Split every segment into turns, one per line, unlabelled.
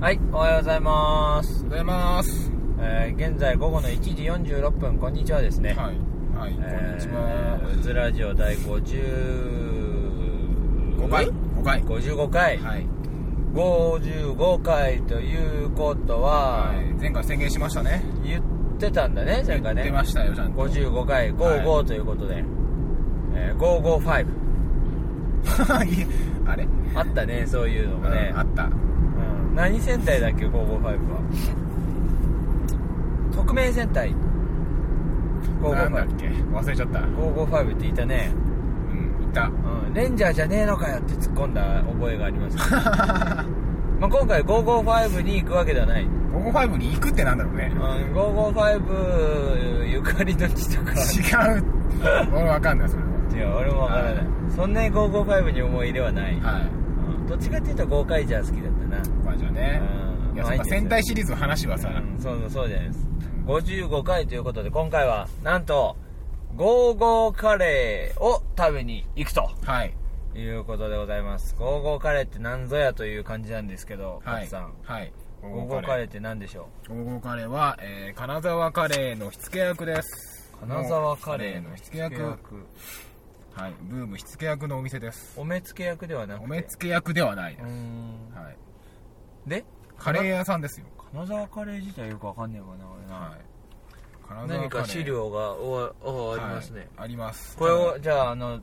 はい、おはようございます
お。はようございます。
えー現在午後の1時46分、こんにちはですね。
はい。はい。こんにちは。
えーうずラジオ第50
5回 ?5 回。
55回、
はい。
55回ということは、
はい。前回宣言しましたね。
言ってたんだね前回ね
言ってましたよ、ちゃんと。
55回
は
55ということで、えー555
あれ、
あったねそういうのもね
うん、あった。
うん何戦隊だっけ555は匿名戦隊
なんだっ
555
け忘れちゃった。
555って言ったね、
うん、いた。
うん、レンジャーじゃねえのかよって突っ込んだ覚えがあります、 まあ、今回555に行くわけではない、うん、
ゴゴファイブに行くってなんだろうね。
555ゆかりの地と か
違う。俺わかんない、それは。
違う俺もわからないそんなに555に思い入れはない、
はい。
うんどっちかっていうとゴーカイジャー好きだったな
まあじゃあね
う。ん
いや、そっか、戦隊シリーズの話はさ、
うん、そうそうそうじゃないです55回ということで今回はなんとゴーゴーカレーを食べに行くと
はい。
いうことでございますゴーゴーカレーって何ぞやという感じなんですけど、
は
カ
い
ツさん。
はい。ゴ
ゴーゴーカレーって何でしょ
ゴーゴーカレーは、えー、金沢カレーの火付け役です
う金沢カレーの
火
火
付
付け
け役
役
はいブーム火付け役のお店です
お目付け役ではなくて
お目付け役ではないうで
ー
す、
ん
はい、
で
カレー屋さんですよ
金沢カレー自体よくわかんねえもんな俺な、
はい金
何か資料がおお
は
あ
い
りますね、
あります
これをじゃああの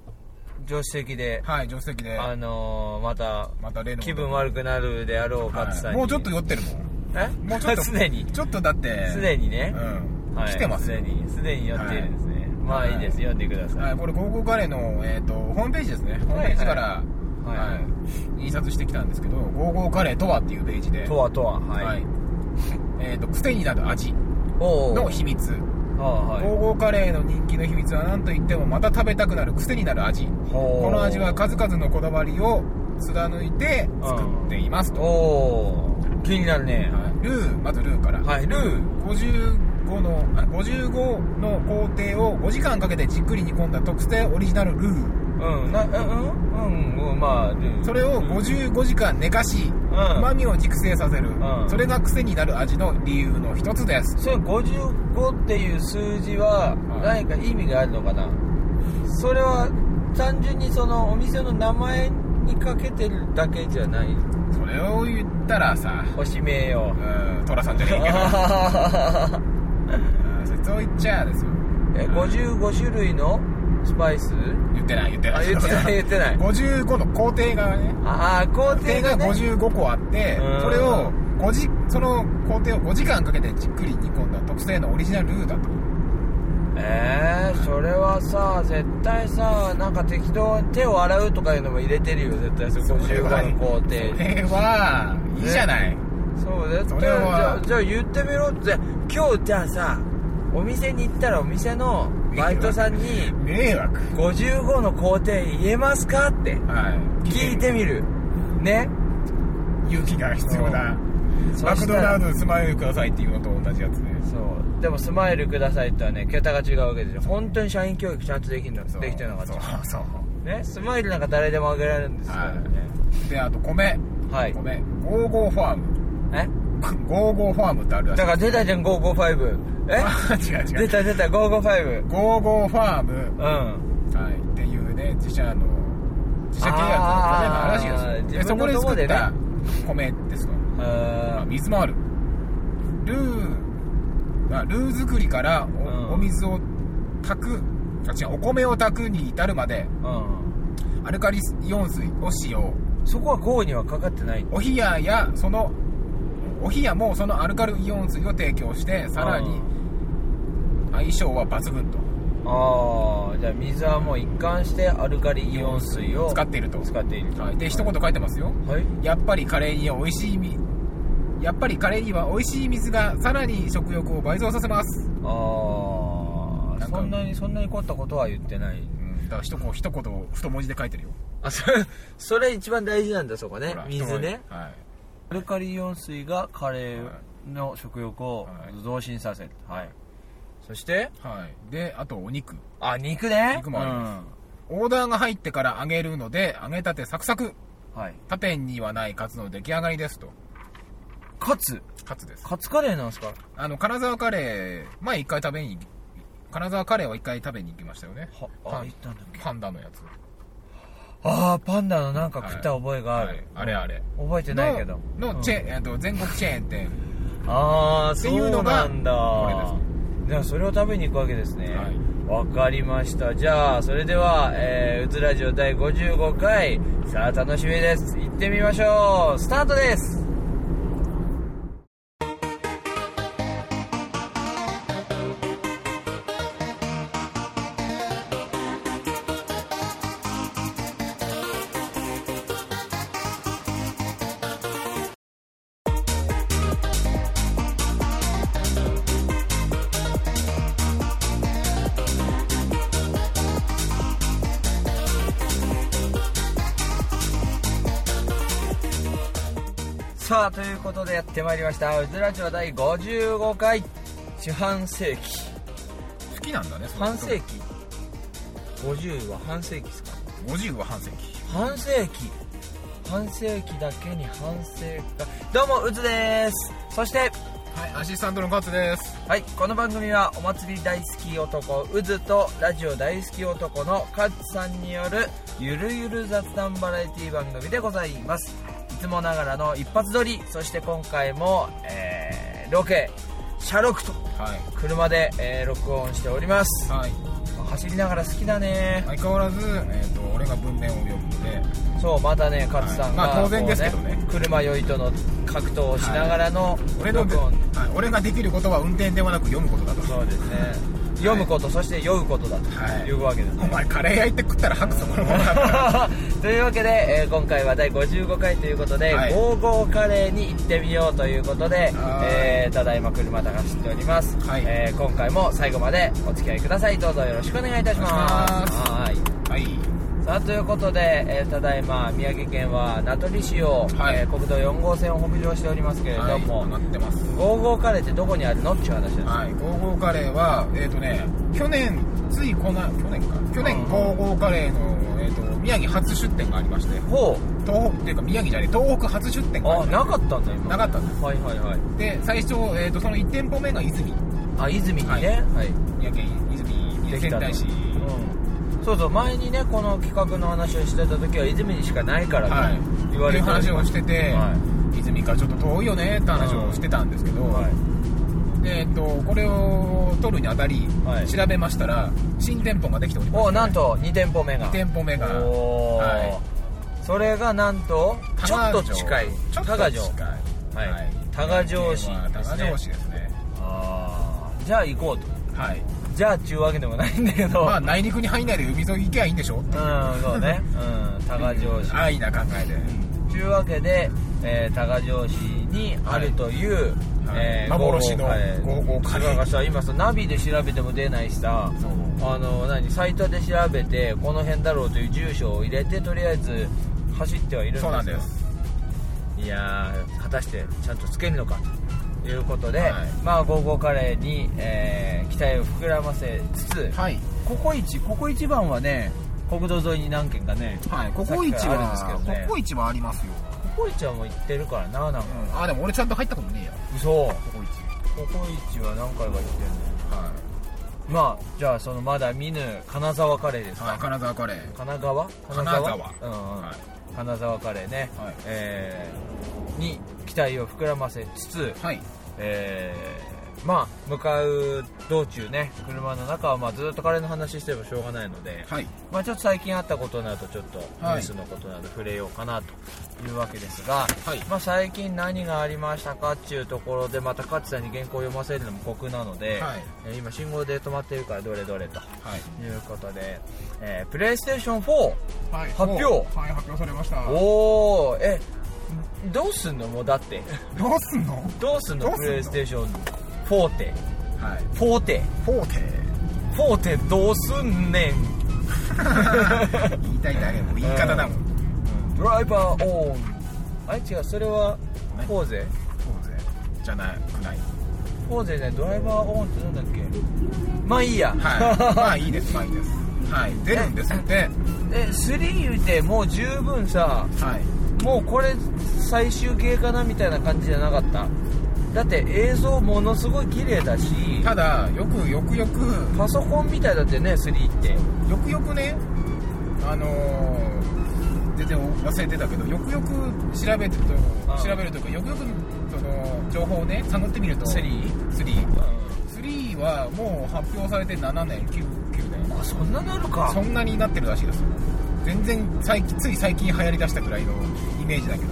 助手席で、
はい助手席で
あのーまた
また例の
気分悪くなるであろう
はい
勝さんに、
もうちょっと酔ってるもん
え
もうちょっ と
すでに
ちょっとだって
すでにね
うん、
はい
来てますよ
すでにすでに寄っているんですね、まあ
はい
いいです読んでください、
はい、これゴーゴーカレーの、えー、とホームページですねホームページから、はい
はい
印刷してきたんですけど「ゴーゴーカレーとは」っていうページで
とはとはは、
はいい、 えっ、と癖になる味
お
の
お
秘密
はい
ゴー
は
ゴーカレーの人気の秘密は何と言ってもまた食べたくなる癖になる味
い
こ
こ
の味は数々のこだわりを貫いて作っていますと、
おおー気になるね
はいルーまずルーから、
はい
ルー55のあ55の工程を5時間かけてじっくり煮込んだ特製オリジナルルー
うんなうんうんうんうんまあで
それを55時間寝かし
ん
旨味を熟成させる、
ん
それが癖になる味の理由の一つです
それ55っていう数字は
は
何
い
か意味があるのかな、それは単純にそのお店の名前にかけてるだけじゃない
それを言ったらさ
星名よ
うん寅さんじゃね えけどうんそいつを言っちゃあですよ
え55種類のスパイス
言ってない言ってな
あ
い
言って ない言ってない
55の工程がね
ああ工
工
程
程
が、
が
ね、
55個あって
うん
それを5時その工程を5時間かけてじっくり煮込んだ特製のオリジナルルーだと
えー、それはさ絶対さなんか適当に手を洗うとかいうのも入れてるよ絶対そこ55の工程
それはいいじゃない、
そうだよ
それは
じゃあじゃあ言ってみろって今日じゃあさお店に行ったらお店のバイトさんに
迷惑
55の工程言えますかって
はい
聞いてみるね
勇気が必要だ
そ
マク
し
ド
たら
ナルドスマイルくださいっていうのと同じやつね
そうでもスマイルくださいとはね桁が違うわけですよ本当に社員教育ちゃんとできるのできてなかった
そうそう
ねスマイルなんか誰でもあげられるんですからね
であと米
はい、
米ゴーゴーファーム
え
ゴーゴーファームってあるらしい
だから出たじゃん555え
違う違う
出た出た555
ゴーゴーファーム、
うん
はい、っていうね自社の自社契約の米の
あー
話ですよで
自
そこ
分
で
のとこ
作
で
っ
ね
た米ですと、まあ
あー
水もあるルーあルー作りからお,、
うん
水を炊くあ違うお米を炊くに至るまで
うん
アルカリイオン水を使用
そこは5にはかかってない
お冷ややそのお冷やもそのアルカリイオン水を提供してさらに相性は抜群と
ああじゃあ水はもう一貫してアルカリイオン水を
使っていると、
使っている
はい、で一言書いてますよ
はい
やっぱりカレーには美味しいみやっぱりカレーには美味しい水がさらに食欲を倍増させます、
ああ
なんか
そんなにそんなに凝ったことは言ってない
うん、だから一言一言太文字で書いてるよ
あそれそれ一番大事なんだそこね
ほら
水ね
太文字はい
アルカリイオン水がカレーの食欲を増進させるはい、そして
はい、であとお肉
あ肉ね
肉もありまオーダーが入ってから揚げるので揚げたてサクサク
うんはい
他店にはないカツの出来上がりですと
カツ
カツです
カツカレーなんですか
あの金沢カレー前一回食べに金沢カレーは一回食べに行きましたよね
はあ
パン
行ったんだっけ
パンダのやつ
ああパンダのなんか食った覚えがある、
はいあれあれ
覚えてないけど
ののチェーン、えっと全国チェーン店
ああ
って
そ
いう
う
のが
なんだ
こ
じゃあそれを食べに行くわけですね
はい
わ、かりましたじゃあそれでは、えー、うつラジオ第55回さあ楽しみです行ってみましょうスタートですさあということでやってまいりましたうつラジオ第55回四半世紀
好きなんだねその
半世紀50は半世紀ですか
50は半世紀
半世紀半世紀だけに半世紀かどうもうつですそして
はいアシスタントのカツです
はい、この番組はお祭り大好き男うずとラジオ大好き男のカッツさんによるゆるゆる雑談バラエティ番組でございますいつもながらの一発撮りそして今回も、えーロケ車録と
はい
車で、えー録音しております
はい
走りながら好きだね
相変わらず、えっと俺が文面を読むので
そうまたねカッツさんが、
はいまあ当然ですけどね
こう車酔いとの格闘をしながらの
俺の
録音、
はい、俺ができることは運転ではなく読むことだと
そうですね読むこと、そして酔うことだと
はい
いうわけですね、
お前カレー屋行って食ったら吐くぞこのままだ
というわけで、えー今回は第55回ということで、
はい
ゴーゴーカレーに行ってみようということで、
はい
えーただいま車で走っております、
はい
えー今回も最後までお付き合いくださいどうぞよろしくお願いいたします
お願いします
はい
はい
さあということで、えーただいま宮城県は名取市を、
はい
えー国道4号線を北上しておりますけれども、
はい、上がってます
ゴーゴーカレーってどこにあるのっていう話です、
はい、ゴーゴーカレーは、えっ、とね、去年、ついこの、去年か、去年、ゴーゴーカレーの、えっ、と、宮城初出店がありまして、
ほ
東北っていうか宮城じゃねえ、東北初出店
う
が
あ
ありま
なかったんだ
し
今
たなかったんで
はいはいはい
す。で、最初、えっ、と、その1店舗目が泉、
あ泉にね、はい
宮城、泉、仙台市。
うん、そうそう前にねこの企画の話をしてた時は泉にしかないからと
はい、
言われて
っていう話を
し
してて、
は
泉からちょっと遠いよねって話をしてたんですけど、
はい
でえっとこれを取るにあたり、
はい
調べましたら新店舗ができておりま
お
す、
うなんと2店舗目が
店舗目が
おお、
は
それがなんと
多
ちょっ
賀
と
城
近い
ちょっと
多賀城
近い
はい多賀城市
多賀城市ですね
ああじゃあ行こうと
はい
じゃあっちゅうわけでもないんだけど、
まあ内陸に入んないで海沿い行けばいいんでしょ
うんそうね、うん、多賀城市
安易な考えで、
というわけで、えー、多賀城市にあるという、
はい
えー
幻の
ゴーゴーカレー
ゴーゴーカレー
がさ今さナビで調べても出ないしさ
そう
あの何サイトで調べてこの辺だろうという住所を入れてとりあえず走ってはいるんです
そう
よ
なんです
いやー果たしてちゃんとつけるのかということで、
はい
まあゴーゴーカレーに、えー期待を膨らませつつ、
はい、
ここ一ここ一番はね国道沿いに何軒かね
はい、ココイチは
さっきからあれですけどね
ココイチはありますよ、
ココイチはもう行ってるからななんか
うん、あでも俺ちゃんと入ったことねえや
嘘
ココイチ
ココイチは何回か行ってるね
は
まあじゃあそのまだ見ぬ金沢カレーです
い、
か、
はい、金沢カレー
神奈川
金
神
沢
奈川うんうん
はい
金沢カレーね、
はい
えーに期待を膨らませつつ、
はい
えーまあ向かう道中ね車の中はまあずっとカレーの話してもしょうがないので、
はい
まあ、ちょっと最近あったことなどちょっとニ
は
ュ
い
ースのことなど触れようかなというわけですが、
はい
まあ、最近何がありましたかっていうところでまた勝さんに原稿を読ませるのも酷なので、
はい
えー今信号で止まってるからどれどれと
はい
いうことで、えー、プレイステーション4
はい、
発表
もうはい発表されましたど
おおえどうすんのもうだって
うすんの
どうすんの
どうすんの
プレイステーション4って
はい
4って
フォーテ
4ってどうすんねん
言いたいだけもう言い方だもん、
ドライバーオンあれ違うそれは
ね
フォーゼ
フォーゼじゃないくない
フォーゼじゃないドライバーオンってなんだっけまあいいや、
はいまあいいですまあいいですはい出るんですって
え3言うてもう十分さ
はい
もうこれ最終形かなみたいな感じじゃなかっただって映像ものすごい綺麗だした
だよくよくよく
パソコンみたいだってね3って
よくよくねあのー全然忘れてたけどよくよく調べてると
ああ
調べるというかよくよくその情報をね探ってみると
3
3, 3はもう発表されて7年 9, 9年
あそんななるか
そんなになってるらしいですよ全然最近つい最近流行りだしたくらいのイメージだけど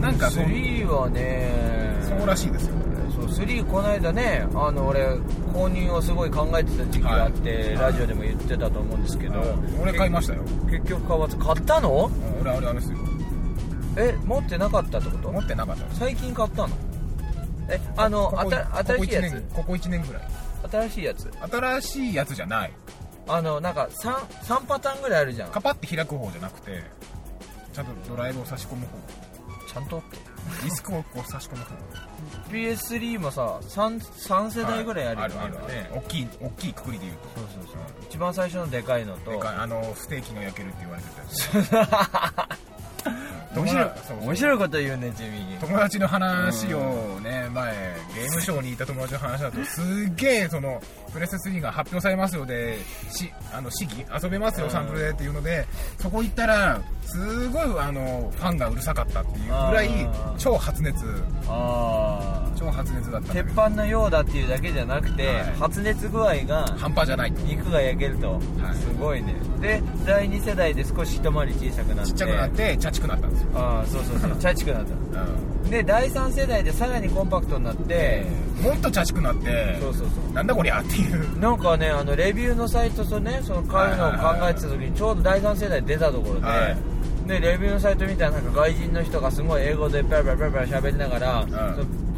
なんかそう
3はね
そうらしいですよ
そう3この間ねあの俺購入をすごい考えてた時期があって、
は
ラ
い
ジオでも言ってたと思うんですけど、
俺買いましたよ
け結局買わず買ったの
うん俺あれあれですよ
え持ってなかったってこ
持
と
ってなかったです
最近買ったのえあのあた新しいや
ここ一年ここ1年ぐらい
つ新しいやつ
新しいやつじゃない
あのなんか 3, 3パターンぐらいあるじゃん
カパって開く方じゃなくてちゃんとドライブを差し込む方
ちゃんとって
ディスクをこう差し込む方
PS3 もさ 3, 3世代ぐらいあるよね
ある
今
ある
ね
大きい大きいくくりで言う
そうそうそう一番最初のでかいのと
とでかいあのステーキが焼けるって言われてたや つ
面白い
そうそう
面白いこと言うねジミー
友達の話をね前ゲームショーにいた友達の話だとすっげえそのプレステ3が発表されますよでしあの試技遊べます
う
よ
ん
サンプルでっていうのでそこ行ったらすごいあのファンがうるさかったっていうぐらい
あー
超発熱
ああ
超発熱だったん
鉄
だけど
板のようだっていうだけじゃなくて、
はい
発熱具合が
半端じゃないと
肉が焼けると、
い
すごいねで第2世代で少し一回り小さくなって
ちっちゃくなってチャチくなったんですよ、
ああそうそう そうチャチくなっ
う
たで第3世代でさらにコンパクトになって、
ん、もっとチャチくなって
そうそうそ
なんだこりゃっていう
うなんかねあのレビューのサイトとねその買うのを考えてた時にちょうど第3世代出たところで、
はい
でレビューのサイト見たらなんか外人の人がすごい英語でペラペラペラペラ喋りながら、そ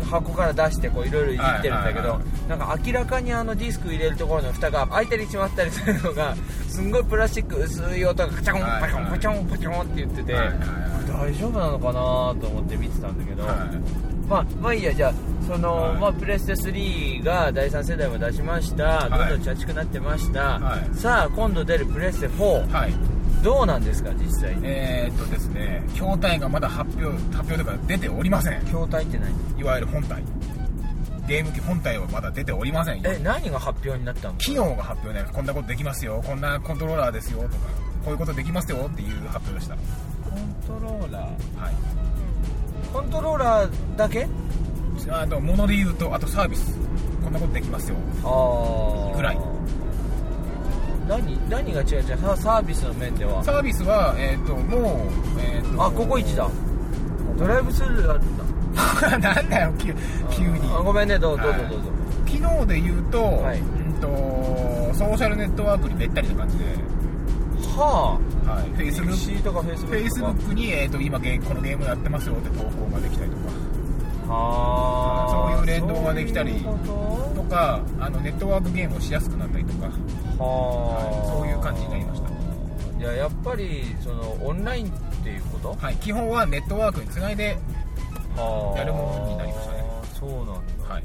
の箱から出してこういろいろいじってるんだけど、
はいはいはい
なんか明らかにあのディスク入れるところの蓋が開いたり閉まったりするの がすんごいプラスチック薄い音がカチャン
はい
パ
はい
チョンパチョンパチョンって言ってて、
はいはいは
大丈夫なのかなと思って見てたんだけど、
はい
まあまあいいやじゃあその、
はい
まあ、プレステ3が第3世代も出しましたどんどんチャチくなってました、
はい
さあ今度出るプレステ4、
はい
どうなんですか実際に
えー、っとですね筐体がまだ発表発表というか出ておりません
筐体って何
いわゆる本体ゲーム機本体はまだ出ておりません
え何が発表になったの
機能が発表ねこんなことできますよこんなコントローラーですよとかこういうことできますよっていう発表でした
コントローラー
はい
コントローラーだけ
あと物で言うとあとサービスこんなことできますよ
ああ
ぐらい
何何が違う違うササービスの面では
サービスはえーっともうえーっと
あココイチだドライブスルーがあるんだ
なんだよ急急に
あごめんねどうどうぞ
はい
どうぞ、
機能で言うと,、
はい
うんとソーシャルネットワークにべったりな感じで、
は
はい、
あ
Facebook,
PC とか Facebook とか
Facebook に、えー、と今ゲーこのゲームやってますよって投稿ができたりとか
はあ
そういう連動ができたり
そういうこと
とかあのネットワークゲームをしやすくなったりとか
はあ、
はいそういう感じになりました
いややっぱりそのオンラインっていうこと
はい、基本はネットワークにつないで、
はあ
やるものになりましたね
そうなんだ
はい、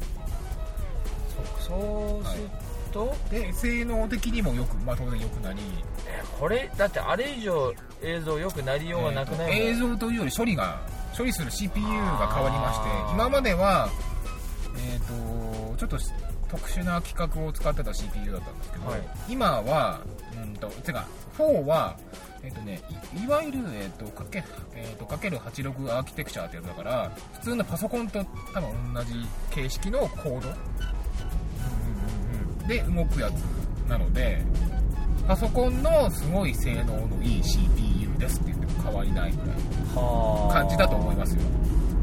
そそうすると、
で性能的にもよく、まあ、当然良くなり
えこれだってあれ以上映像良くなりようがなくない、
えーと映像というより処理が処理する CPU が変わりまして
あー
今まではえーとちょっとし特殊な規格を使ってた CPU だったんですけど、
はい
今はうんとてか4はえっ、とねいいわゆる、えーとかけえー、とかける86アーキテクチャってやつだから普通のパソコンと多分同じ形式のコードで動くやつなのでパソコンのすごい性能のいい CPU ですって言っても変わりないぐらい
はあ
感じだと思いますよ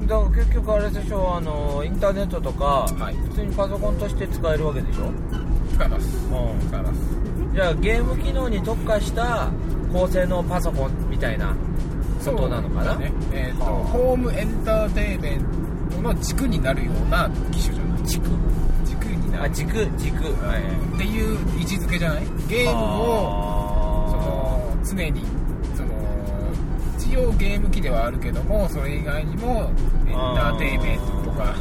だから結局あれでしょあのインターネットとか、
はい
普通にパソコンとして使えるわけでしょ、
使います使います
じゃあゲーム機能に特化した高性能パソコンみたいなことなのかな、
そうですねえっ、と、
はあ
ホームエンターテインメントの軸になるような機種じゃない
軸
軸にな
あ
る
軸軸はい
っていう位置づけじゃないゲームをそ
を
の常にその一応ゲーム機ではあるけどもそれ以外にもエンターテインメントとか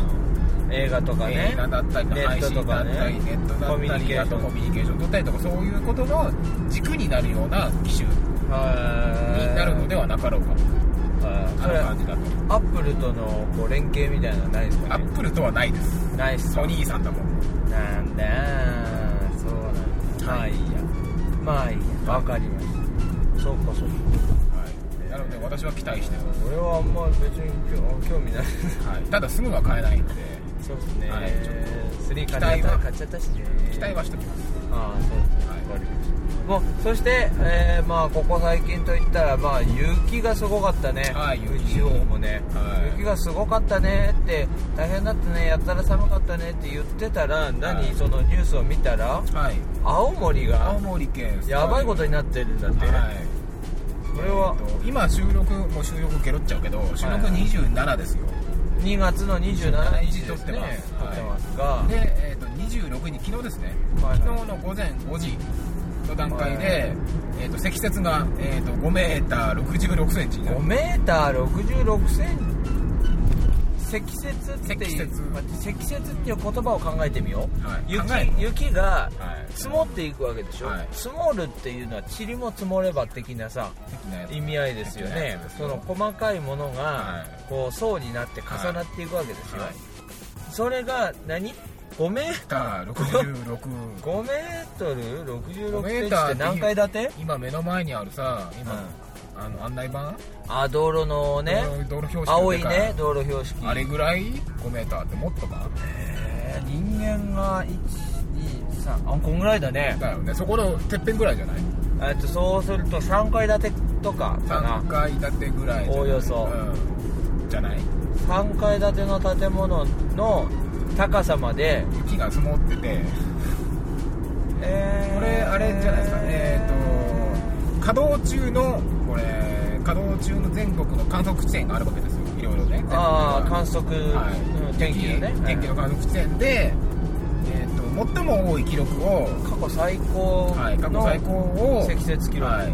映画とかね
映画だったり
ネ
配
ット
信
と
だ
か
っ
ね
たりネットだ
コ
っ
ミュ
た
ニケ
り
ー
あ
シ
と
ョン
コミュニケーション取ったりとかそういうことの軸になるような機種
は
に
い
なるのではなかろうかと
はい
あ
そ
の
れ
感じだと
アップルとのこう連携みたいなのないです
ア
かね
ップルとはないです
ないっす
ソニーさんだもん
なんだそうなんだまあいいやまあいいやわかりましたそうかそうか
はいなので私は期待してま
俺はあんま別に興味ない
す、はい、ただすぐは買えないんで
そうですね、
はいちょ
3
期待は
買っちゃった買っちゃったしね
期待はしておきます
ああそうですね
はい
わかりましたもうそして、えーまあ、ここ最近といったら、まあ、雪がすごかったね、
はい雪
地方もね、
はい
雪がすごかったねって、大変だったね、やったら寒かったねって言ってたら、何、
はい
そのニュースを見たら、
はい
青森が
青森県
やばいことになってるんだって、
はい
それは
えっと今収録もう収録ゲロっちゃうけど収録27ですよ、
2月の27日
撮
で
っ
す
て
ね、
ます
撮ってますが、
で、えー、と26日昨日ですね、
はい
昨日の午前5時の段階で、
はい
えー、と積雪が、えー、と5メーター66センチになる
5メーター66センチ積雪っていう
積雪
待って積雪っていう言葉を考えてみよう、
はい
雪
考える
雪が
はい
積もっていくわけでしょ、
はい
積もるっていうのは塵も積もれば的なさ
的なやつ
意味合いですよね
的
そ
な
の
やつですよ
細かいものが
はい
こう層になって重なっていくわけですよ、
はい
それが何5メー
だ66
5メートル
5
66セ
メ
ン
ー
チ
ター
って何階建て
今目の前にあるさ今、あの案内板
あ道路のね
道路標識
青
の
い
でか
ね道路標識
あれぐらい5メーターってもっとか
えー人間が123あこんぐらいだね
だよねそこのてっぺんぐらいじゃな
え
い
っとそうすると3階建てとかかな
3階建てぐらいじゃない
おおよそ
うんじゃない
3階建ての建物の高さまで
雪が積もってて
えー
これあれじゃないですかえっ、と稼働中のこれ稼働中の全国の観測地点があるわけですよいろいろね
ああ
全
観測、
国がはい
うん天気のね
天気の観測地点で、えー、と最も多い記録を、
過去最高
はい、過去
の
最高を
積雪記録、
はい、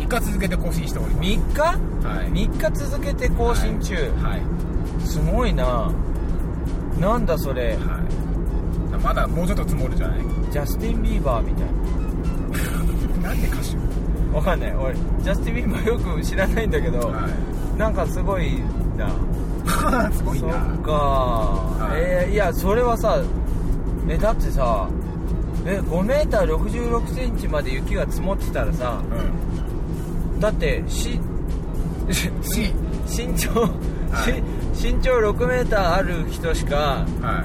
3日続けて更新しております
3日
はい
3日続けて更新中、
はい、
すごいななんだそれ
はい、まだもうちょっと積もるじゃない
ジャスティン・ビーバーみたいな
なんで歌手
わかんない俺ジャスティン・ビーバーよく知らないんだけど、
は
なんかすごいな。
い すごい
そ
な
っか、
い
えーいや、それはさ、え、だってさ、え、5メーター66センチまで雪が積もってたらさ、
うん
だって、し、
し
身長、
はい
し身長6メーターある人しか
は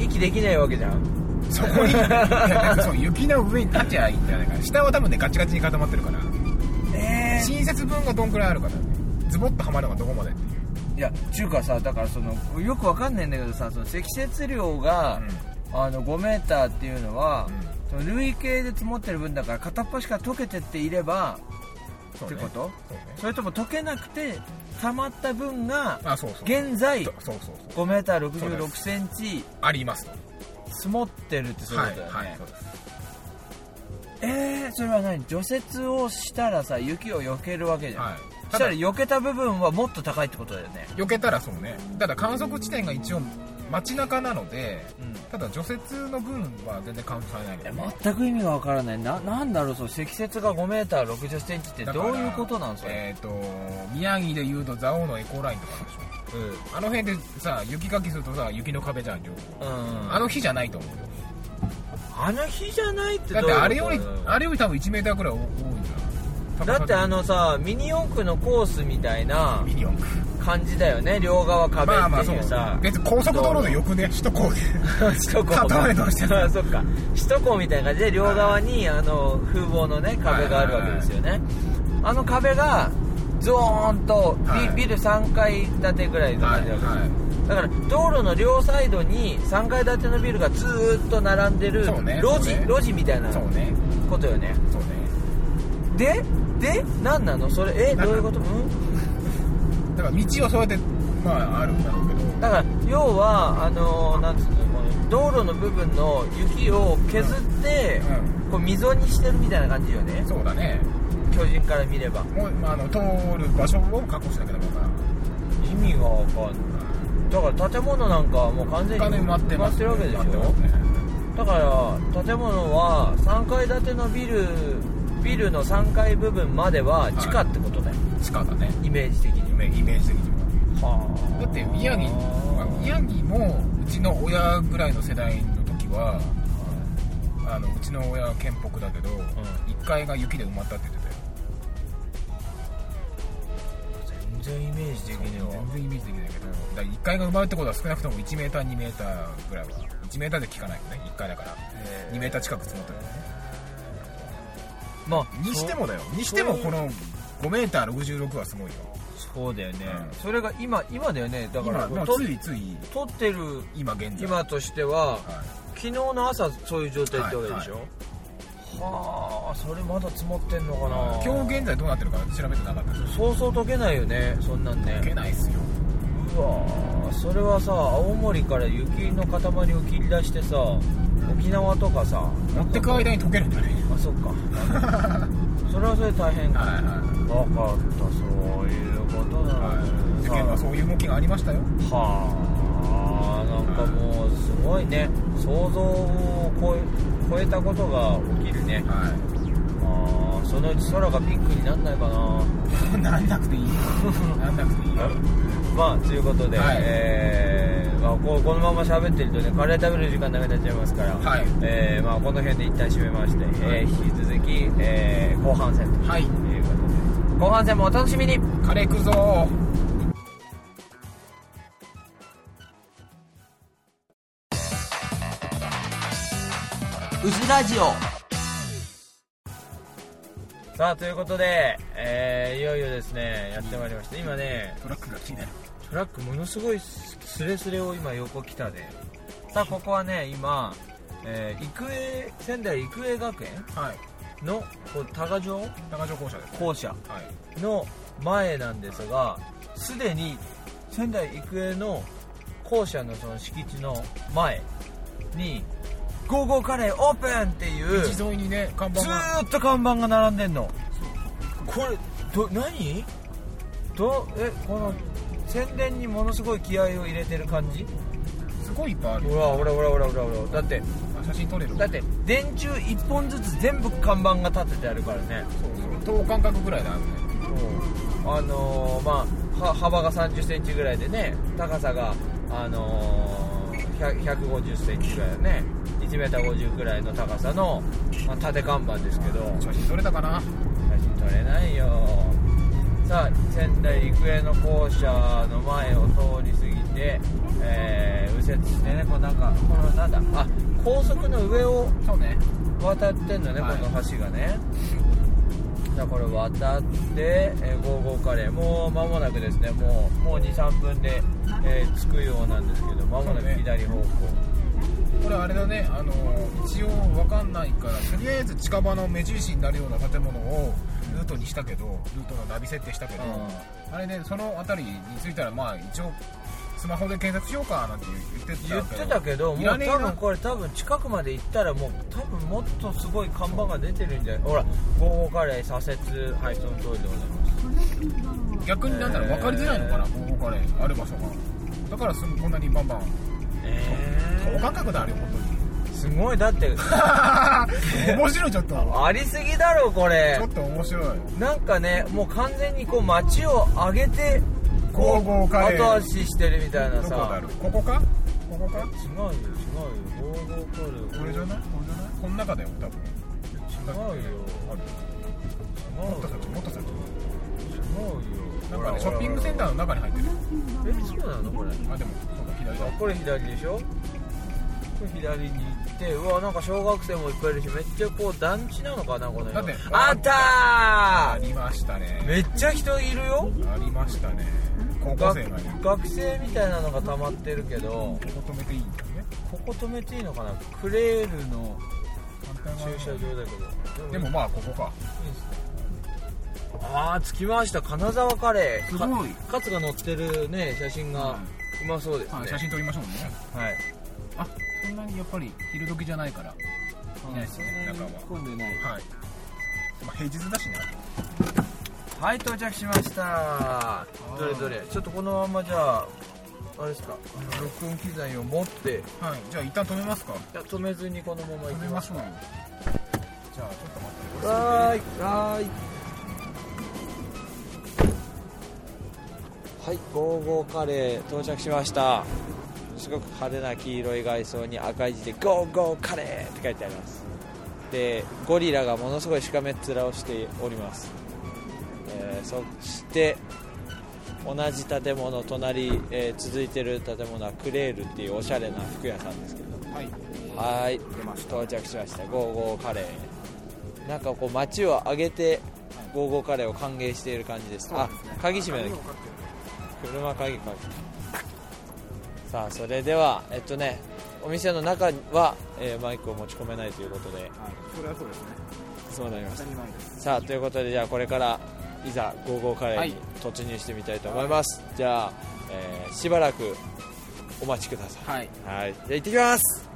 い
息できないわけじゃん。
そこに いやだからそう雪の上に立ちゃいいんじゃないかな下は多分ねガチガチに固まってるから
え
新雪分がどんくらいあるからねズボッとはまるのがどこまでっていう
いや、中華さ、だからその、よくわかんないんだけどさ、その積雪量が、あの5メーターっていうのは、その累計で積もってる分だから片っ端から溶けてっていれば
そう
って
ね
こと
そうね
それとも溶けなくて溜まった分が
あそうそう
現在
そうそうそう
5メーター
そう
6
で
6
す
センチ
あります
積もってるってそういう
は
こ
い
とだよね、
はいそうです
えー、それは何除雪をしたらさ雪を避けるわけじゃん、
はい
した
だ
ら避けた部分はもっと高いってことだよね
避けたらそうねただ観測地点が一応街中なので、
うん
ただ除雪の分は全然カウントされないけ
い
ど
や
ね
全く意味がわからないななんだろうその積雪が5メーター6 0センチって
だ
ど
から
ういうことなんそれ、
えっ、と宮城でいうと蔵王のエコーラインとかあるでし
うん
ょあの辺でさ雪かきするとさ雪の壁じゃん両方
うん
あの日じゃないと思うよ
あの日じゃないってどういう
だって
こと
あれよりあれより多分1メーターくらい多いんじゃない
だってあのさミニ四駆のコースみたいな
ミリオンか
感じだよね両側壁
まあまあ
って
そう
いうさ、
別に高速道路でよくね首都高で
首都高
片目
が
通して た
あそっか首都高みたいな感じで両側にあの風防のね壁があるわけですよねあの壁がゾーンとビ,、
はい
ビル3階建てぐらいの
は
感じ
い
だから、
は
だから道路の両サイドに3階建てのビルがずーっと並んでる
そうね
路地、
そうね
路地みたいない
そうね
ことよね
そうね
でで何なのそれえ
なんか
どういうこと、うん
だから道をそうやってまああるんだろうけど
だから要はあのーなんつうのこの道路の部分の雪を削って、
う
こう溝にしてるみたいな感じよね
そうだね
巨人から見れば
もう、まあ、あの通る場所を確保しなきゃダメだか
意味がわかんないだから建物なんかはもう完
ら
全
お
に
金埋まってます
埋まってるわけでし
埋ま
ょ
ってますね
だから建物は3階建てのビルビルの3階部分までは地下ってことだよ、
地下だね
イメージ的に
イメメイメージ的には
は
だって宮城まあ宮城もうちの親ぐらいの世代の時はあのうちの親は県北だけど、1階が雪で埋まったって言ってたよ
全然イメージ的には
全然イメージできないけどだから1階が埋まるってことは少なくとも 1m2m ぐらいは 1m で効かないよね1階だから 2m 近く積もってるよね
まあ
にしてもだよにしてもこの 5m66 はすごいよ
そうそうだよね、
うん
それが今今だよねだか
今
ら
まあ
と
ついつい
撮ってる
今現在
今としては
は
昨日の朝そういう状態ってわけでしょ、はあそれまだ積もってんのか
い
な
今日現在どうなってるか調べてなかったでし
そうそう溶けないよねそんなん
ょいけ
ね
ないっすよ
うわあそれはさ青森から雪の塊を切り出してさ沖縄とかさ
持ってく間に溶けるんだ ね
あそっかそれはそれで大変か
はいはい
分かったそういうことなの
事件はそういう動きがありましたよ
はあなんかもうすごいね想像を超え超えたことが起きるね
は
あーそのうち空がピンクになんないかない
なんなくていいよなんなくていいよ
まあということで、
はい
えーまあ、こうこのまま喋ってるとねカレー食べる時間なくなっちゃいますから、
はい
えーまあ、この辺で一旦締めまして、えー引き続き、えー後半戦と
はい
いうことで後半戦もお楽しみに
カレー食うぞー
うずラジオさあということで、えーいよいよですねやってまいりました今ね
トラックが気になる
トラックものすごいススレスレを今横来たでさあここはね今、えー育英仙台育英学園
はい
のこう多賀城
高城校舎です
校舎
はい
の前なんですがすでに仙台育英の校舎のその敷地の前に「ゴーゴーカレーオープン!」っていう
地沿いにね看板
ず
が
ーっと看板が並んでんのこれど何どえこの宣伝にものすごい気合を入れてる感じ
すごいいっぱいある
ほらほらほらほらほらほらだって
あ写真撮れる
だって電柱1本ずつ全部看板が立ててあるからね
そう等間隔ぐらいだあるね
あのーまあは幅が3 0ンチぐらいでね高さがあのー、1 5 0ンチぐらいだね 1m50 ぐらいの高さの、まあ、縦看板ですけど
写真撮れたかな
写真撮れないよさあ仙台育英の校舎の前を通り過ぎて、えー右折してねこうなんかこのなんだあ高速の上を
そうね
渡ってんのね、
はい
この橋がねじゃあこれ渡って、えー、ゴーゴーカレーもう間もなくですねもうもう23分で、えー着くようなんですけど間もな
そう
く
ね
左方向、
これあれだねあの一応わかんないからとりあえず近場の目印になるような建物をルートにしたけどルートのナビ設定したけど、あれねその辺りについたらまあ一応スマホで検索しようかなんて言ってたけ
言
ど
ってたけど
い
も
ら
う
ねえ
多分
な
これ多分近くまで行ったらもう多分もっとすごい看板が出てるんじゃないほらゴーゴーカレー左折はいその通りでございます
逆になんだろう分かりづらいのかな
え
高校からある場所がだからすぐこんなにバンバン等
え
間隔だあれ本
ー、すごいだって
当に面白いちょっとち
ありすぎだろこれ
ょっと面白い
なんかねもう完全にこう街を上げてこ
ゴ
う
ーゴーカレー
後足してるみたいな
どこだ
さ
ろうここかここか
違うよ違うよゴーゴーカレー
これじゃないこれじゃないこの中だよ多分
違うよ
ある
違
もっと
うよ
先もっと先
違う
な
よ
んかねショッピングセンター
ー
の中に入ってる
えそうなのこれ
あでもそうだ左だ
これ左でしょこれ左に行ってうわなんか小学生もいっぱいいるしめっちゃこう団地なのかなこの辺
だって
あった
ありました
ー
ね
めっちゃ人いるよ
ありましたね高校
学
生がいる
学生みたいなのが溜まってるけど
ここ止めていいんだよね
ここ止めていいのかなクレールの
反
駐
対側
車場だけど
でもまあここか
いいですねああ着きました金沢カレー
すごい
かカツが載ってるね写真がうまそうですね、
はい写真撮りましょうね
はい
あそんなにやっぱり昼時じゃないからいないですね
あーそんなに
中は
混んでない
はい、まあ、平日だしね
はい到着しましたどれどれちょっとこのままじゃああれですかあの録音機材を持ってい
はいじゃあ一旦止めますか
や止めずにこのまま行
止
き
め
ま
ま
し
し
ょ
ょ
う
うじゃあちょっと待って
はーいはーいはいゴーゴーカレー到着しましたすごく派手な黄色い外装に赤い字で「ゴーゴーカレー」って書いてありますでゴリラがものすごいしかめっ面をしております、えーそして同じ建物の隣、えー続いてる建物はクレールっていうおしゃれな服屋さんですけど
はい
はい
出まし
到着しましたゴーゴーカレーなんかこう街を挙げてゴーゴーカレーを歓迎している感じです
そう
あ
ですね
鍵閉めなきゃ車鍵かけさあそれではえっとねお店の中は、えーマイクを持ち込めないということで
はいそれはそうですね
そうなりま
当
した
たり前です
さあということでじゃあこれからいざゴーゴーカレーに突入してみたいと思います、じゃあ、えーしばらくお待ちください
はい
はい、じゃあ行ってきます。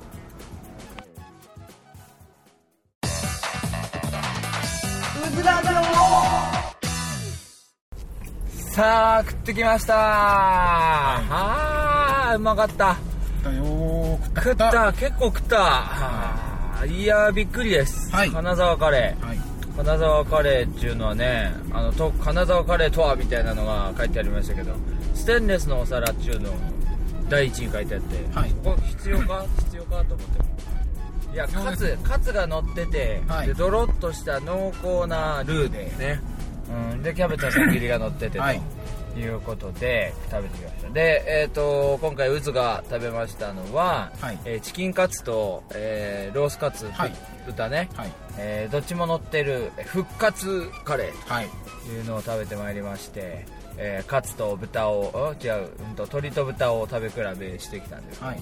さあ食ってきましたはあうまかった
だよー食
食
った
った結構食ったはあいやーびっくりです、
はい
金沢カレ
はい
ー金沢カレーっていうのはねあのと金沢カレーとはみたいなのが書いてありましたけどステンレスのお皿っていうのを第一に書いてあって、
はい
ここ必要か必要かと思ってもいや
必要
カ
で
ツカツが乗ってて、
はい
でドロッとした濃厚なルーですね、うん、でキャベツの千切りが乗っててと、
はい
い、うことで食べてきましたで、えー、と今回うずが食べましたのは、
はい
えーチキンカツと、えーロースカツ、
はい
豚ね、
はい
えーどっちも乗ってるえー復活カレー
はい
というのを食べてまいりまして、えーカツと豚をあ違う、うん、と鶏と豚を食べ比べしてきたんです
はい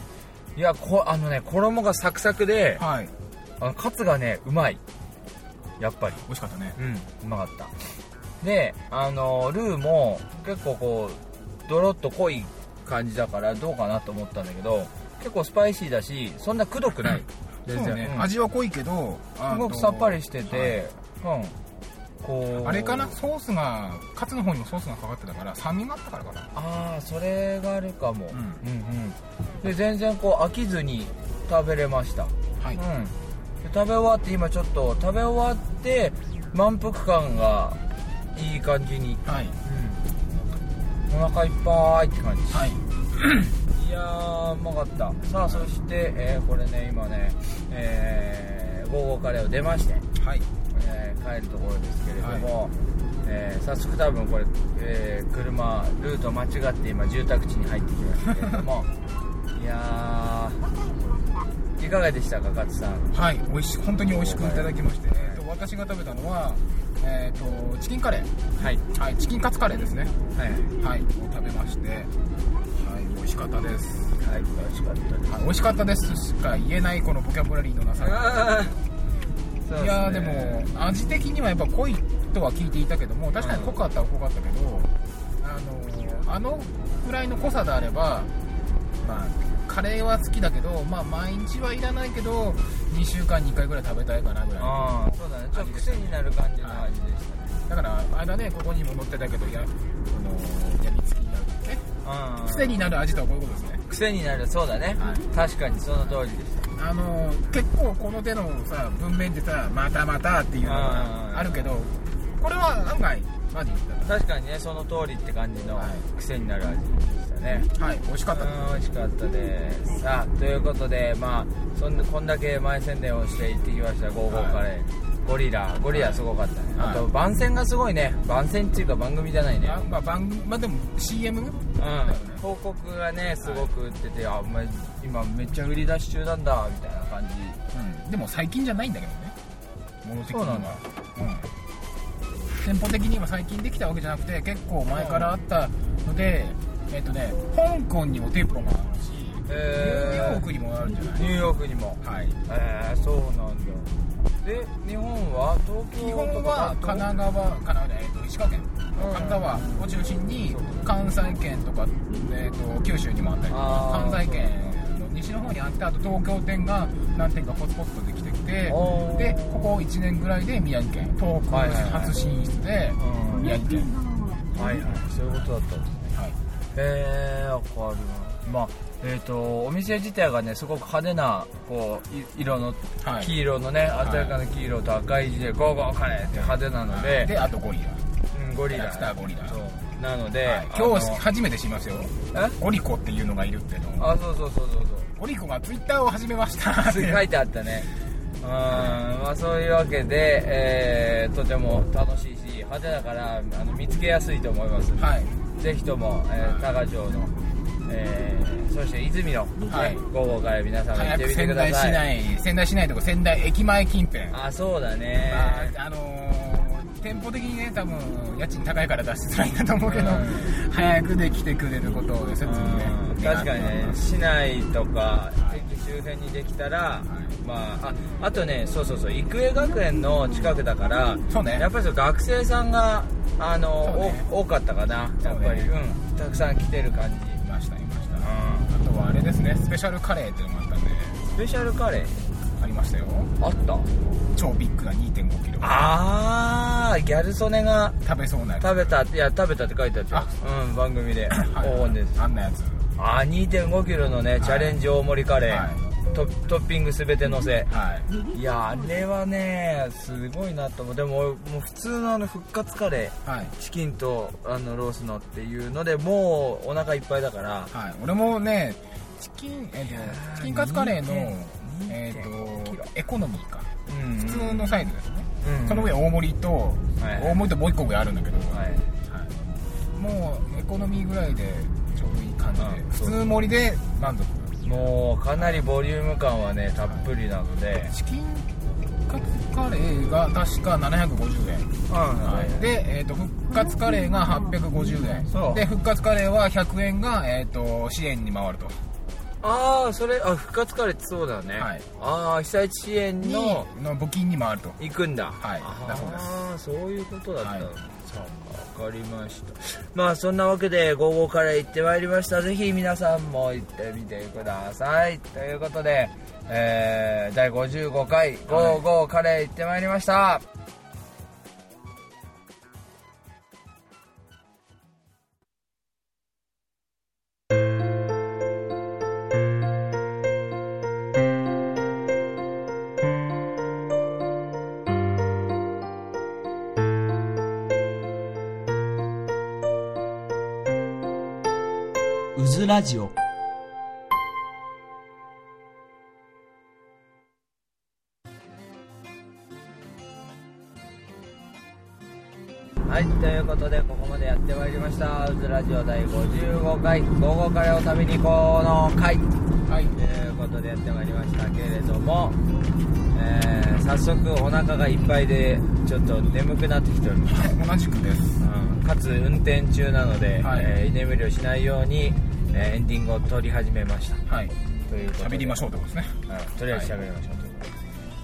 いやこあのね衣がサクサクで
はい
あのカツがねうまいやっぱり
美味しかったね
うんうまかったであのルーも結構こうドロッと濃い感じだからどうかなと思ったんだけど結構スパイシーだしそんなくどくない
そう
全然
ね
うん
味は濃いけどあ
すごく
と
さっぱりしてて、うんこう
あれかなソースがカツの方にもソースがかかってたから酸味があったからかな
ああそれがあるかも、
う
う
ん
んうんで全然こう飽きずに食べれました
はい
うん、食べ終わって今ちょっと食べ終わって満腹感がいい感じに、
はい
お腹いっぱいって感じ
はい
いやーうまかったさあそして、えーこれね今ねえーゴーゴーカレーを出まして、
はい
えー帰るところですけれども、えー早速多分これ、えー車ルート間違って今住宅地に入ってきましたけれど もいやーいかがでしたか勝さん
はい、美味し本当に美味しくいただきまして、えーと私が食べたのは、えー、とチキンカレ
はい
ー、はい、チキンカツカレーですね、
はい
はい、を食べまして、はい、美味しかったです、
はい、美味しかったです。
はい、美味しかったですしか言えないこのボキャブラリーのなさが、
そう
い
ね
やーでも味的にはやっぱ濃いとは聞いていたけども確かに濃かったは濃かったけど、あのーあのぐらいの濃さであればまあカレーは好きだけど、まあ、毎日はいらないけど2週間に1回ぐらい食べたいかなぐらいの
ああ、そうだね。ちょっと癖になる感じの味でしたね。
だからあれだねここにも載ってたけどやそのやみつきになるね
あー
癖になる味とはこういうことですね
癖になる、そうだね。
はい
確かにその通りでした。
あの結構この手のさ文面でさ「またまた」っていうの
うん
があるけどこれは案外マジだっ
確かにね、その通りって感じの
はい
癖になる味でしたね。
たはい美味しかった
うん美味しかったですさあということでまあそんこんだけ前宣伝をして行ってきましたゴーゴーカレー、ゴリラゴリラすごかったね、
はい
あと番宣がすごいね番宣っていうか番組じゃないね
あまあ番組まあでも CM
うん、広告がねすごく売ってて、あお前今めっちゃ売り出し中なんだみたいな感じ
うんでも最近じゃないんだけどねもの的に
そうな
は
んだ
うん店舗的には最近できたわけじゃなくて結構前からあったのでえっとね香港にも店舗があるしニューヨークにもあるんじゃない
ニューヨークにも
はい、
えー、そうなんだで日本は東京
基
と
本
か
は神奈川、神奈川じゃないえっと石川県、
うん
神奈川を中心に関西圏とか、えっと九州にもあったりと
あー
か、関西圏の西の方にあって、あと東京店が何店かポツポツとできてきて
おー、
でここ1年ぐらいで宮城県、東北
はいはいはい
初進出で
うん
宮城県、
はいはいそういうことだったんですね
はい、
えー、わかりますまあえー、とお店自体がねすごく派手なこうい色の、
はい
黄色のね鮮やかな黄色と赤い字で「ゴーゴーカレー」って派手なので、
であとゴリ
うん、ゴリラ
キャラクターゴリラ
そうなので、
はい
あの
今日初めて知りますよ
え
オリコっていうのがいるっての
あそうそうそうそうそう
オリコがツイッターを始めましたって
すぐ書いてあった ねうんまあそういうわけで、えーとても楽しいし派手だからあの見つけやすいと思いますんで、
はい
ぜひとも、えー、
はい
多賀城の、えーそして泉の、
はい
午後から皆様行っ
早
てみ
く
てく
仙
だ
台市
さい
内仙台市内とか仙台駅前近辺
あそうだね、
まああのー店舗的にね多分家賃高いから出しづらいなと思うけど、
う
早くできてくれることを切にね
うん確かにね市内とか駅周辺にできたら、まあああとねそうそうそう育英学園の近くだから
そうね
やっぱりそう学生さんがあ
そう
の、
ね
お多かったかなやっぱりう,、
そうね
んたくさん来てる感じ
いましたいましたあとはあれですねスペシャルカレーっていうのもあったんで
スペシャルカレー
ありましたよ
あった
超ビッグな2 5キロ
ああギャル曽根が
食べそうなやつ
食べたいや食べたって書いてあったようん番組で
はい
黄金です
あんなやつ
ああ2 5キロのねチャレンジ大盛りカレー、
は
トトッピング全てのせ
はい
いやあれはねすごいなと思うでももう普通のあの復活カレ
はい
ーチキンとあのロースのっていうのでもうお腹いっぱいだから
はい、俺もねチキン、えっとチキンカツカレーの
2.2.2
えっ
キロ
とエコノミーか
うん
普通のサイズですね、
うん
その上大盛りと、
い
大盛りともう一個上あるんだけど、
はい
はいもうエコノミーぐらいでちょうどいい感じで、
うん
普通盛りで満足
もうかなりボリューム感はねたっぷりなので
チキンカツカレーが確か750円、
はい
で、えっと復活カレーが850円
そう
で復活カレーは100円が、えっと支援に回ると
ああそれあ復活カレーってそうだね、
はい
ああ被災地支援の
のの募金に回ると
行くんだ
はいだそうです
ああそういうことだったの、
はい
わかりましたまあそんなわけで午後から行ってまいりましたぜひ皆さんも行ってみてくださいということで、えー、第55回「午後カレー行ってまいりました」うずラジオはいということでここまでやってまいりました「うずラジオ第55回午後からお旅にこの会」
はい
ということでやってまいりましたけれども、えー早速お腹がいっぱいでちょっと眠くなってきております
同じくです
かつ運転中なので、
はい
えー居眠りをしないように、えーエンディングを撮り始めました
はい
ということで
喋りましょうってことですね
うんとりあえず喋りましょうということで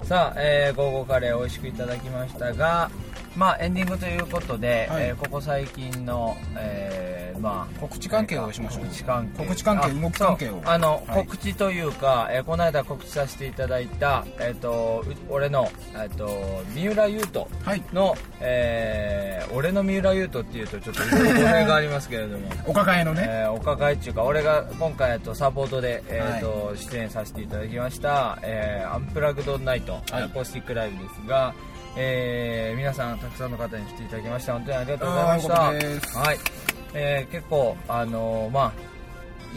すさあ、えー、午後カレー美味しくいただきましたがまあエンディングということで、
はい
えーここ最近の、えーまあ
告知関係をしましょう
告知関係
告知関係
あ
動き関係を
そうあの、
はい
告知というか、えーこの間告知させていただいた、えー、とう俺の、えー、と三浦優斗
はい
の、えー俺の三浦優斗っていうとちょっと語弊がありますけれども、
お抱 えのね、
えーお抱えっていうか俺が今回えっとサポートで、えーと出演させていただきました「えーアンプラグドナイト」
はい
アコースティックライブですが、えー皆さんたくさんの方に来ていただきました本当にありがとうございまし
あーよかったです
たはい、えー結構あのーまあ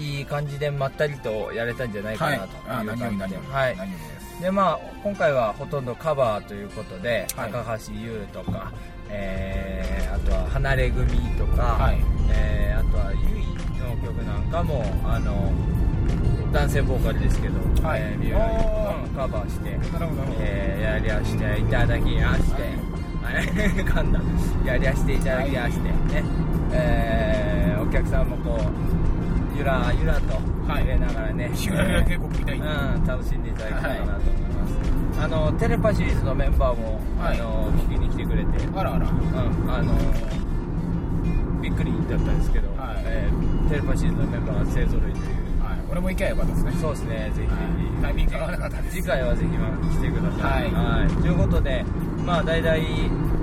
いい感じでまったりとやれたんじゃないか
は
ないという
あ
感
何
じ
より
で、
何より、
はい、
何よりです
でまあ今回はほとんどカバーということで、
はい
高橋優とか、えーあとは離れ組とか、
はい
えーあとはゆいの曲なんかもあの男性ボーカルですけど、
はい
えー三浦優もカバーして、
なるほどなるほど
えーやりやしていただきやして、はい、噛んだやりやしていただきやして、ねえーお客さんもこうゆらゆらと入れながらね、
日帰りは結構みたいな、
うん、楽しんでいただけたらなと思います、あのテレパシーズのメンバーも、
はい
あの聞きに来てくれて、うん、
あらあら
あのびっくりだったんですけど、
はい
えーテレパシーズのメンバーが勢ぞろいという
はい、俺も行けばよかったですね。
そうですねぜひ、
はいタイミングが合わなかったです
次回はぜひまた来てください、
はい
ということでまあ大々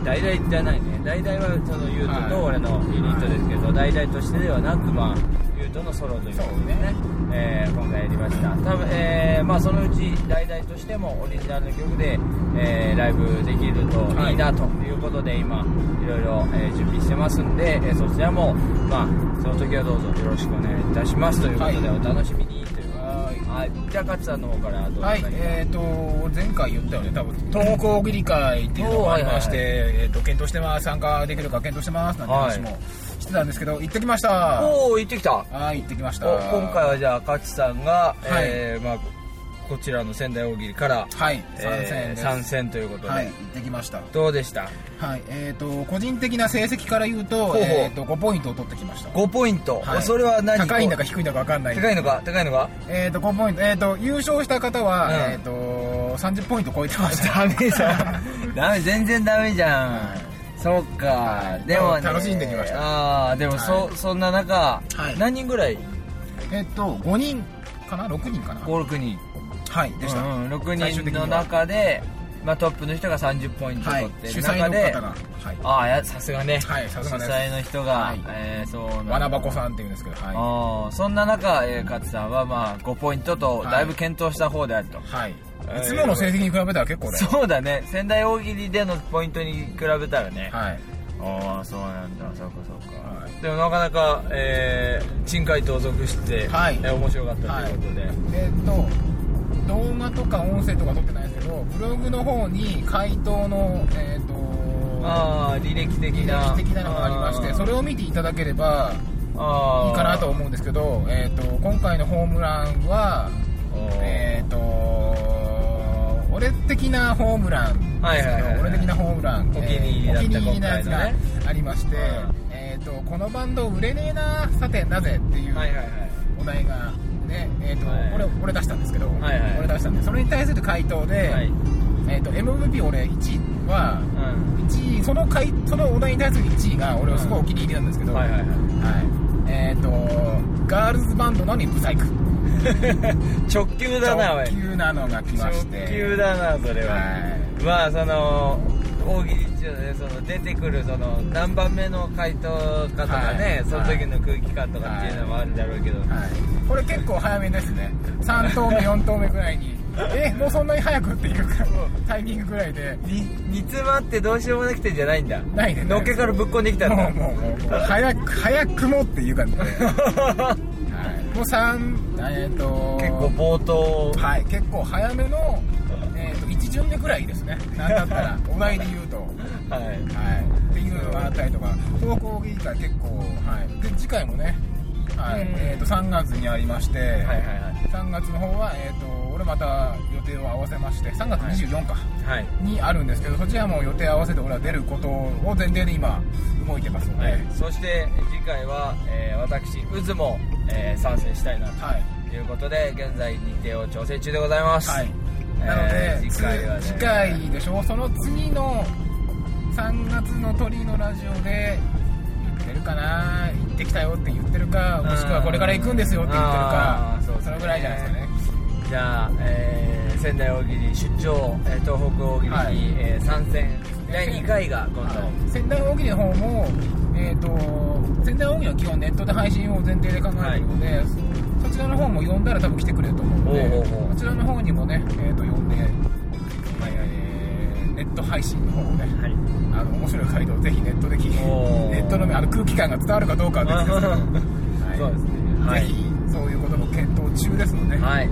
大々じゃないね大々はそのユートと俺のユニットですけど、大々としてではなくまあュートのソロというこ
そう
とで
ね
ね、えー今回やりました多分、えーまあ、そのうち代々としてもオリジナルの曲で、えーライブできるといいなということで、今いろいろ、えー準備してますんで、えーそちらも、まあ、その時はどうぞよろしくお願いいたしますということで、
はい
お楽しみにということで
はい
はいじゃあ勝さんの方からどうぞ、
はい、えー、と前回言ったよね多分東北議会っていうのがありまし
お
て、
ー
えー、と検討してます参加できるか検討してますなんて話
は
もしてたんですけど行ってきましたは
おお行ってきた
い行ってきました
お今回はじゃあ勝さんが、
はい
えーまあ、こちらの仙台大喜利から
はい参戦です、
えー参戦ということで、
はい行ってきました
どうでした
はいえー、と個人的な成績から言うと,、
ほう
えー、と5ポイントを取ってきました
5ポイント、
はい
それは何
高いんだか低いんだか分かんない
高いのか高いのか
えー、と5ポイント、えー、と優勝した方は、
うん
えー、と30ポイント超えてまし
ダ
た
メじゃんダメ全然ダメじゃん、
はい
そうか、
はい
でも、ね、
楽しんできました
ああでもそ,、
は
そんな中、
はい
何人ぐらい
えっ、と5人かな6人かな
56人
はいでした、
うんうん、
最
6
終
人
的に
の
は
中で、まあ、トップの人が30ポイント
は
取っ
い
て
主
る
催
中
の
で、
方が、はい、
ああやさすがね、
はいさすがです
主催の人が、
はい
えーそうなんだ
わなばこさんっていうんですけどはい
あーそんな中、えー、勝さんは、まあ、5ポイントと
はい
だいぶ検討した方であると、
はい、
えー
いつもの成績に比べたら結構だよ、
そうだね仙台大喜利でのポイントに比べたらね、
はい
ああそうなんだそうかそうか、
はい
でもなかなか、えー、珍解盗賊して、
はい
えー面白かったということで、
えっ、と動画とか音声とか撮ってないんですけどブログの方に回答のえっ、と
ああ履歴的
記
な
事的なのがありましてそれを見ていただければ
あー
いいかなと思うんですけど、えっと今回のホームランは
あー
えっ、と俺的なホームラン
はいは
あ
いはい、は
の
い、
俺的なホームラン、
お気に入りだった
えーお気に入りのやつ
今回のね
がありまして、
うん
えー、とこのバンド売れねえなさてなぜっていう
はいはいはい
お題が、ねえーと
はい
俺俺出したんですけど、
はいはい
俺出したんでそれに対する回答で、
はい
えー、と MVP 俺1位は
うん
1位その回そのお題に対する1位が俺はすごいお気に入りなんですけど、
はいはい はい
はいえー、とガールズバンドのにブサイク
直球だなおい
直球なのが来まして
直球だなそれは、
はい
まあその大喜利っていうのはねその出てくるその何番目の回答かとかね、
はい
その時の空気感とかっていうのもあるんだろうけど、
はい、これ結構早めですね3投目4投目ぐらいにえもうそんなに早くっていうかタイミングぐらいで
に煮詰まってどうしようもなくてじゃないんだ
ないね
のっけからぶっこんできたん
も
だ
うもうもうもう早く早くもっていう感じで、はい、もう3えっ、と
結構冒頭
はい結構早めの、えー、と1巡目ぐらいですねなんだったらお題で言うと
はい
はいっていうのがあったりとか投稿議会結構はいで次回もね、はい
うん
えー、と3月にありまして、
はいはいは
3月の方は、えー、と俺また予定を合わせまして3月24
い
日
はい
にあるんですけど、そちらも予定合わせて俺は出ることを前提で今動いてますので、
は
はい
い、そして次回は、えー私渦も、えー参戦したいな
はい
ということで現在日程を調整中でございます、
なので、
えー次回はね
次回でしょその次の3月の鳥のラジオで行ってるかな行ってきたよって言ってるかもしくはこれから行くんですよって言ってる
あ
か
ーそうですね
そのぐらいじゃないですかね
じゃあ、えー仙台大喜利出張、えー東北大喜利に、
はい
えー参戦第2回が今度、
仙台大喜利の方も、えー、と仙台大喜利は基本ネットで配信を前提で考えてるので、そちらの方も呼んだら多分来てくれると思うの
おう
で
おうおう
こちらの方にもね、えー、と呼んで、はいえーネット配信の方をね
はい
あの面白い回答をぜひネットで聞いて
おう
ネットのねあの空気感が伝わるか どうかは別ですけどはい
そうですねはい
ぜひそういうことも検討中ですので
はい
はい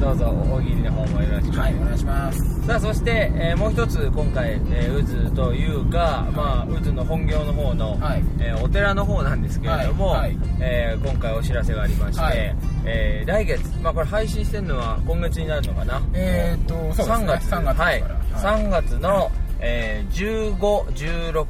どうぞ大喜利の方もよろしくお
は
願い
い
し
お
ます、
願いします
さあそして、えーもう一つ今回、えー、渦というか、まあ、渦の本業の方の、
はい
えーお寺の方なんですけれども、
はいはい
えー今回お知らせがありまして、
はい
えー来月、まあ、これ配信してるのは今月になるのかな
えーとそうですね
3月
3月
はい
から
3月の、えー15、16、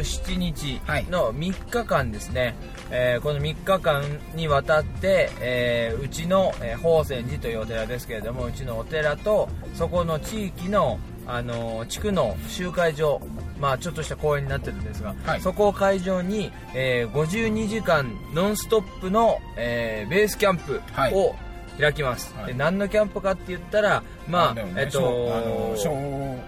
17日の3日間ですね、えーこの3日間にわたって、えーうちの、えー宝泉寺というお寺ですけれどもうちのお寺とそこの地域の、あのー地区の集会場、まあ、ちょっとした公園になってるんですが、
はい
そこを会場に、えー52時間ノンストップの、えーベースキャンプ
はい
を開きます、
はい
で何のキャンプかって言ったらまあ、
だよね
えっ
しょあ
と
の小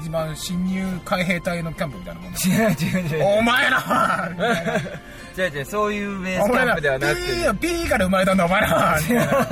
一番新入海兵隊のキャンプみたいな もんだ
違う違う違う
お 前らみたいな
違う違うそういうベースキャンプではなく
俺
て
ら B, B から生まれたんだ お前らみたいな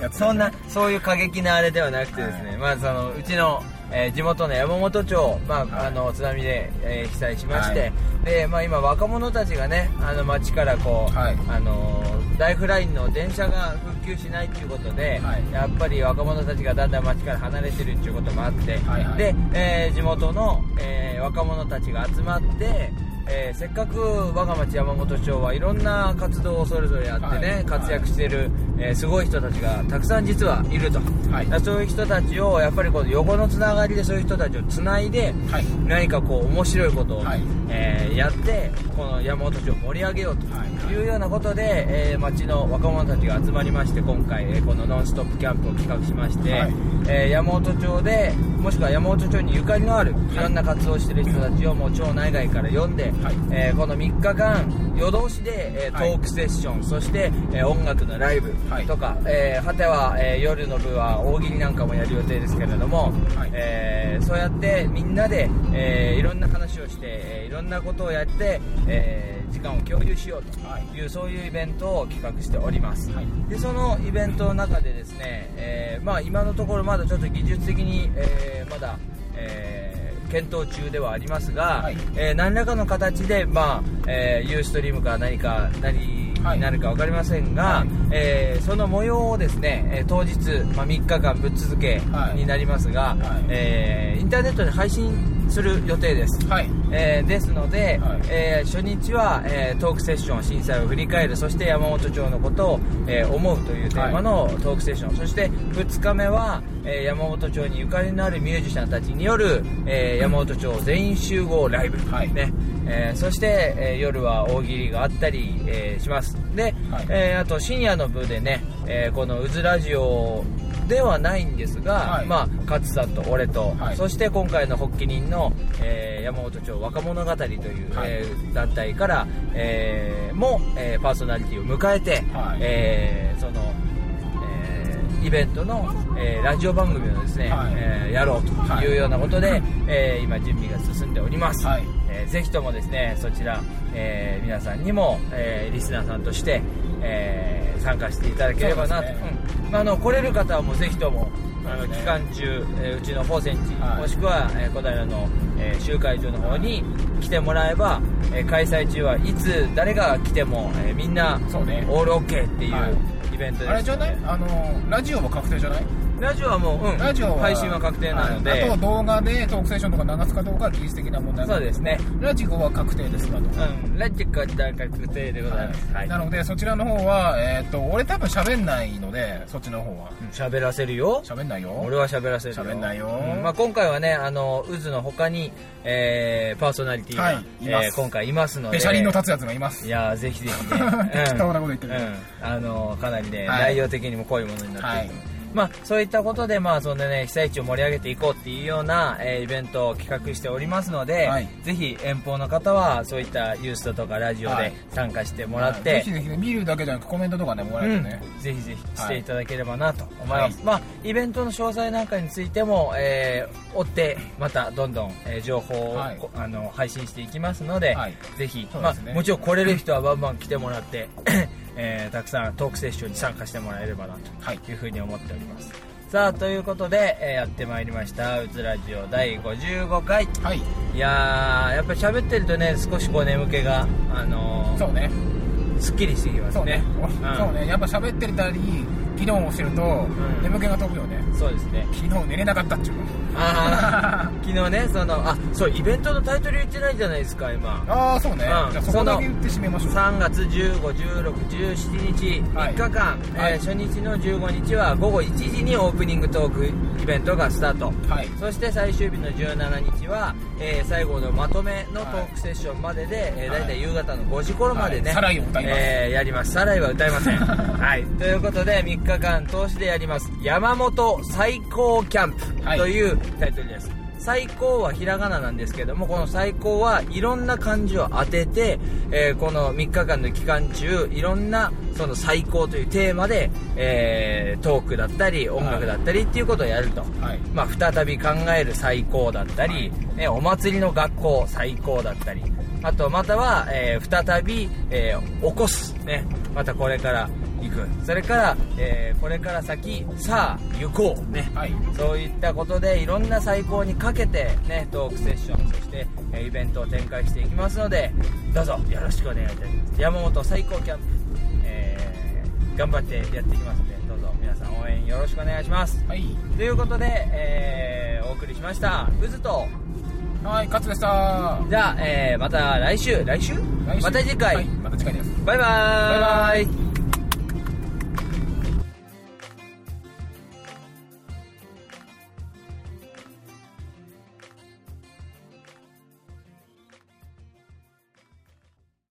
やつ
そんなそういう過激なあれではなくてですね、まあそのうちの、えー地元の山本町、まあ
はい
あの津波で、えー被災しまして、
はい
でまあ、今若者たちがねあの町からこう、
はい
あのーライフラインの電車が復旧しないっていうことで、
はい
やっぱり若者たちがだんだん町から離れてるっていうこともあって、
はいはい
で、えー地元の、えー若者たちが集まって、えーせっかく我が町山本町はいろんな活動をそれぞれやってね、
はい
活躍してる、えーすごい人たちがたくさん実はいると、
はい
だからそういう人たちをやっぱりこう横のつながりでそういう人たちをつないで
はい
何かこう面白いことを、
はい
えーやってこの山本町を盛り上げようと
はいはい
いうようなことで、えー町の若者たちが集まりまして今回、えーこの「ノンストップキャンプ」を企画しまして、
はい
えー山本町でもしくは山本町にゆかりのあるいろんな活動をしてる人たちをもう町内外から呼んで、
はい
えーこの3日間夜通しで、えー
はい
トークセッション、そして、えー音楽のライブ
はい
とか、えー果ては、えー夜の部は大喜利なんかもやる予定ですけれども、
はい
えーそうやってみんなで、えーいろんな話をして、えーいろんなことをやって、えー時間を共有しようという、
は
そういうイベントを企画しております、
はい
でそのイベントの中でですね、えーまあ、今のところまだちょっと技術的に、えーまだ、えー検討中ではありますが、
はい
えー何らかの形で、まあえー、ユーストリームか何か何になるか分かりませんが、
はい
えーその模様をですね、えー当日、まあ、3日間ぶっ続け
はい
になりますが、
はい
えーインターネットで配信する予定です、
はい
えーですので、
はい
えー初日は、えートークセッション震災を振り返るそして山本町のことを、えー思うというテーマのトークセッション、そして2日目は、えー山本町にゆかりのあるミュージシャンたちによる、えー山本町全員集合ライブ、
はい
ねえーそして、えー夜は大喜利があったり、えーしますで、
はい
えーあと深夜の部でね、えーこの「うずラジオ」ではないんですが、
はい
まあ勝さんと俺と、
はい
そして今回の発起人の、えー山本町若物語という、
はい
えー団体から、えーも、えーパーソナリティを迎えて、
はい
えーその、えーイベントの、えーラジオ番組をですね、
はい
えーやろうというようなことで、えー今準備が進んでおります、
はい
えーぜひともですねそちら、えー皆さんにも、えーリスナーさんとして、えー参加していただければなと、
そうですね
うんまあ、あの来れる方はもうぜひとも、あの
そうで
期
すね
間中、えーうちの宝泉寺、
はい
もしくは、えー小平の、えー集会場の方に来てもらえば、えー開催中はいつ誰が来ても、えーみんな
そうね
オールオッケーっていう、
は
イベントです
あれじゃないあのラジオは確定じゃない
ラジオはもう、うん
ラジオは
配信は確定なので、
はいあと動画でトークセッションとか流すかどうかは技術的な問題
そうですね
ラジオは確定ですかと
うん、ラジオは確定でございます、はい
なのでそちらの方はえっと俺多分喋んないのでそっちの方は
喋らせるよ
喋んないよ
俺は喋らせるよ
喋んないよ
うんまあ、今回はねあの渦の他に、えーパーソナリティが、
はいいます
えー今回いますので
ペシャリンの立つやつがいます
いやーぜひぜひ ね、
適当なこと言ってる
うんあのーかなりね、
はい
内容的にも濃いものになっている、
はい
まあそういったことでまあそんなね被災地を盛り上げていこうっていうような、えーイベントを企画しておりますので、
はい
ぜひ遠方の方はそういったユーストとかラジオ
は
で
い
参加してもらって、
ぜひぜひね見るだけじゃなくコメントとかねもらえるとね
うん、ぜひぜひしていただければなと思います、まあ、イベントの詳細なんかについても、えー追ってまたどんどん、えー情報を、
はい
こあの配信していきますので、
はい
ぜひ、
そう
まあ
ですね、
もちろん来れる人はバンバン来てもらって、 えーたくさんトークセッションに参加してもらえればな
はい
というふうに思っておりますさあということで、えーやってまいりました「うつラジオ第55回」
はい
いやーやっぱり喋ってるとね少しこう眠気が、あのー
そうね
すっきりしてきます
そう
ね
ね
ん
そうねやっぱ喋ってたり議論をしてると
ん
眠気が飛ぶよね
そうですね
昨日寝れなかったっちゅう
あー昨日ねそのあそうイベントのタイトル言ってないじゃないですか今
ああそうねじ
うん
ゃあそこだけ言って締めましょう
3月151617日3日間、え
はいはい
ー初日の15日は午後1時にオープニングトークイベントがスタート
はい
そして最終日の17日は、えー最後のまとめのトークセッションまでで、えー
はい
大体夕方の5時頃までね、
はいサライを歌います
えーやりますサライは歌いませ ん、はい、ということで3日間通しでやります山本最高キャンプ
はい
というタイトルです、最高はひらがななんですけどもこの最高はいろんな漢字を当てて、えーこの3日間の期間中いろんなその最高というテーマで、えートークだったり音楽だったりっていうことをやると、
はい
まあ、再び考える最高だったり、ね、お祭りの学校最高だったりあとまたは、えー再び、えー起こす、ね、またこれから行くそれから、えーこれから先さあ行こう、ね
はい
そういったことでいろんな最高にかけて、ね、トークセッションそして、えーイベントを展開していきますのでどうぞよろしくお願いいたします山本最高キャンプ、えー頑張ってやっていきますのでどうぞ皆さん応援よろしくお願いします
はい
ということで、えーお送りしました「うずと
はい勝でした」
じゃあ、えーまた来週来週
来週
また次回、
はいまた次回です
バイバーイ
バイバ
イ